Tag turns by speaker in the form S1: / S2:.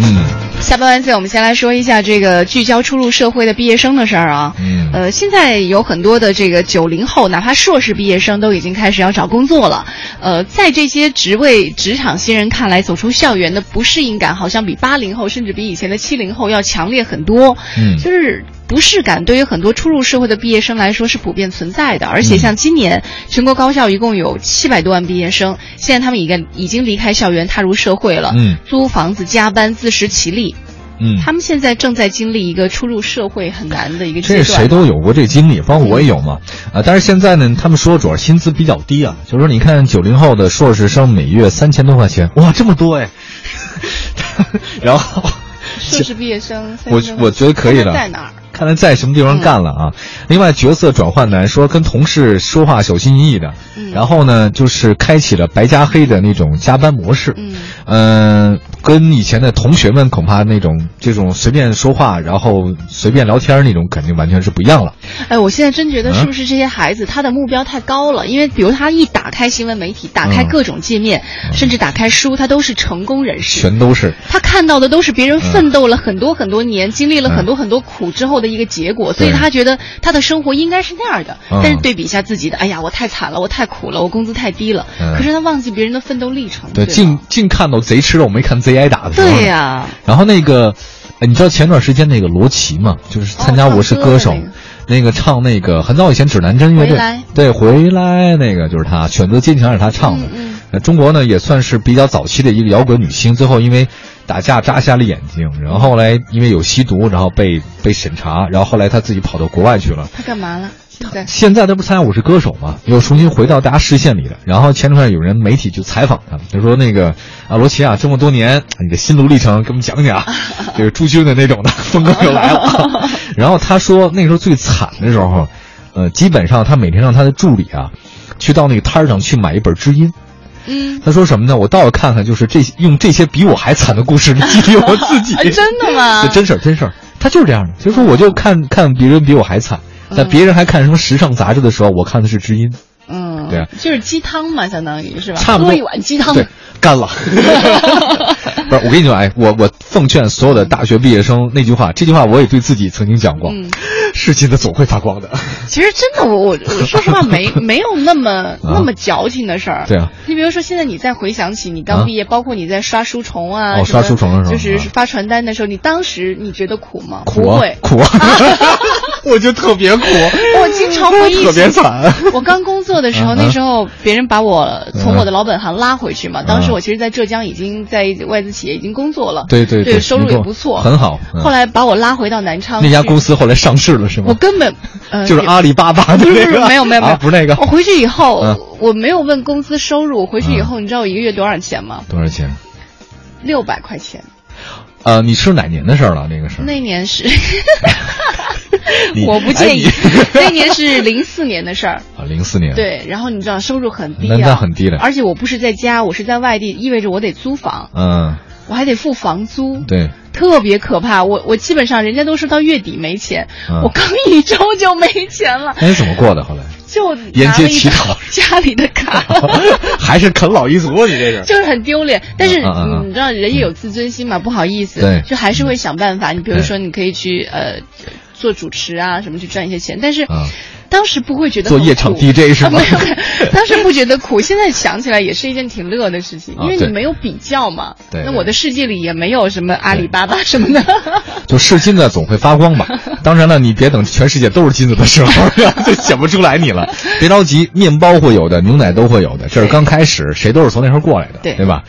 S1: 嗯
S2: 下半万岁，我们先来说一下这个聚焦初入社会的毕业生的事儿啊。
S1: 嗯
S2: 呃，现在有很多的这个九零后，哪怕硕士毕业生都已经开始要找工作了。呃，在这些职位职场新人看来，走出校园的不适应感，好像比八零后甚至比以前的七零后要强烈很多。
S1: 嗯
S2: 就是不适感对于很多初入社会的毕业生来说是普遍存在的，而且像今年全国高校一共有七百多万毕业生，现在他们已经已经离开校园踏入社会了，
S1: 嗯
S2: 租房子、加班自食其力，
S1: 嗯，
S2: 呃他们现在正在经历一个初入社会很难的一个阶
S1: 这
S2: 段。
S1: 谁都有过这经历，包括我也有嘛。啊，但是现在呢，他们说主要薪资比较低啊，就是说你看九零后的硕士生每月三千多块钱，哇，这么多哎。 然后
S2: 硕士毕业生，
S1: 我我觉得可以
S2: 他
S1: 了
S2: 们在哪儿？嗯
S1: 看来在什么地方干了啊。另外，角色转换难，说跟同事说话小心翼翼的，
S2: 嗯
S1: 然后呢，就是开启了白加黑的那种加班模式。
S2: 嗯
S1: 嗯，跟以前的同学们恐怕那种这种随便说话，然后随便聊天儿那种，肯定完全是不一样了。
S2: 哎，我现在真觉得
S1: 嗯
S2: 是不是这些孩子他的目标太高了？因为比如他一打开新闻媒体，打开
S1: 嗯
S2: 各种界面，甚至打开书，他都是成功人士。
S1: 全都是，
S2: 他看到的都是别人奋斗了很多很多年，经
S1: 嗯
S2: 历了很多很多苦之后的一个结果，所以他觉得他的生活应该是那样的。
S1: 嗯
S2: 但是对比一下自己的，哎呀，我太惨了，我太苦了，我工资太低了。
S1: 嗯
S2: 可是他忘记别人的奋斗历程。
S1: 对，
S2: 吧
S1: 净净看到贼吃肉，没看贼挨打的时候。
S2: 啊对呀、
S1: 然后那个，哎你知道前段时间那个罗琦嘛，就是参加《我是歌手》
S2: 哦唱歌的
S1: 那个唱那个很早以前指南针乐
S2: 回
S1: 队
S2: 来，
S1: 对，回来那个就是他，选择坚强是他唱的。
S2: 嗯嗯
S1: 呃中国呢也算是比较早期的一个摇滚女星，最后因为打架扎瞎了眼睛，然后后来因为有吸毒，然后被被审查，然后后来她自己跑到国外去了。
S2: 他干嘛了？现在
S1: 现在他不是参加《我是歌手》嘛，又重新回到大家视线里了。然后前段有人媒体就采访他，就说那个啊，罗琦啊，这么多年你的心路历程，给我们讲讲。 这个朱军的那种的风格又来了。然后他说那时候最惨的时候，呃，基本上他每天让他的助理啊，去到那个摊儿上去买一本《知音》。
S2: 嗯，
S1: 他说什么呢？我倒要看看，就是这用这些比我还惨的故事来激励我自己
S2: 啊。真的吗
S1: 这真事儿，真事儿，他就是这样的。就是说，我
S2: 哦
S1: 就看看别人比我还惨，在别人还看什么时尚杂志的时候，我看的是知音，
S2: 嗯，
S1: 对啊
S2: 就是鸡汤嘛，相当于是吧？
S1: 差不多
S2: 喝一碗鸡汤。
S1: 对，干 了。不是，我跟你讲，哎，我我奉劝所有的大学毕业生那句话，这句话我也对自己曾经讲过，
S2: 嗯
S1: 是金子总会发光的。
S2: 其实真的，我 我我说实话没没有那么那么矫情的事儿。
S1: 啊对啊，
S2: 你比如说现在你再回想起你
S1: 啊
S2: 刚毕业，包括你在刷书虫啊，
S1: 哦
S2: 什么
S1: 刷书虫的时候
S2: 就是
S1: 啊
S2: 发传单的时候，你当时你觉得苦吗？
S1: 苦
S2: 不
S1: 啊
S2: 会，
S1: 苦 啊，我就特别苦，
S2: 我经常回忆起
S1: 特别惨。
S2: 我刚工作的时候，
S1: 嗯
S2: 那时候别人把我从
S1: 嗯
S2: 我的老本行拉回去嘛。当时我其实，在浙江已经在外资企业已经工作了，
S1: 对对对
S2: 收入
S1: 你跟
S2: 也
S1: 我
S2: 不错，
S1: 很好嗯
S2: 后来把我拉回到南昌
S1: 那家
S2: 去
S1: 公司后来上市了是吗
S2: 我？根本呃
S1: 就是
S2: 也
S1: 阿里巴巴的
S2: 不是
S1: 那
S2: 不是
S1: 个，
S2: 没有没有哦没有、
S1: 啊不是那个
S2: 我回去以后、
S1: 嗯
S2: 我没有问工资收入，我回去以后、你知道我一个月多少钱吗？
S1: 多少钱？
S2: 六百块钱。
S1: 呃，你是哪年的事儿了？那个事儿
S2: 那年是
S1: 嗯你，
S2: 我不介意
S1: 哎你。
S2: 那年是零四年的事儿。
S1: 啊，零四年。，
S2: 对，然后你知道收入很低、啊，
S1: 那那很低了
S2: 而且我不是在家，我是在外地，意味着我得租房，
S1: 嗯，
S2: 我还得付房租，
S1: 对，
S2: 特别可怕。我我基本上人家都说到月底没钱，
S1: 嗯
S2: 我刚一周就没钱了，
S1: 那你怎么过的？ 后来
S2: 就
S1: 沿
S2: 拿
S1: 街
S2: 了一
S1: 乞
S2: 张
S1: 讨
S2: 家里的卡。
S1: 还是啃老一族，啊你这是。
S2: 就是很丢脸，但是
S1: 嗯嗯嗯
S2: 你知道人也有自尊心嘛，不好意思，
S1: 对
S2: 就还是会想办法。你比如说，你可以去呃做主持啊什么去赚一些钱，但是
S1: 嗯
S2: 当时不会觉得
S1: 做
S2: 很
S1: 夜场
S2: 苦
S1: DJ 是
S2: 啊
S1: 吗
S2: 没有没有当时不觉得苦，现在想起来也是一件挺乐的事情，
S1: 啊
S2: 因为你
S1: 对
S2: 没有比较嘛。
S1: 对
S2: 那
S1: 对
S2: 我的世界里也没有什么阿里巴巴什么的。
S1: 就是金子总会发光吧。当然了，你别等全世界都是金子的时候， 就显不出来你了。别着急，面包会有的，牛奶都会有的。这是刚开始，谁都是从那时候过来的，
S2: 对
S1: 对吧？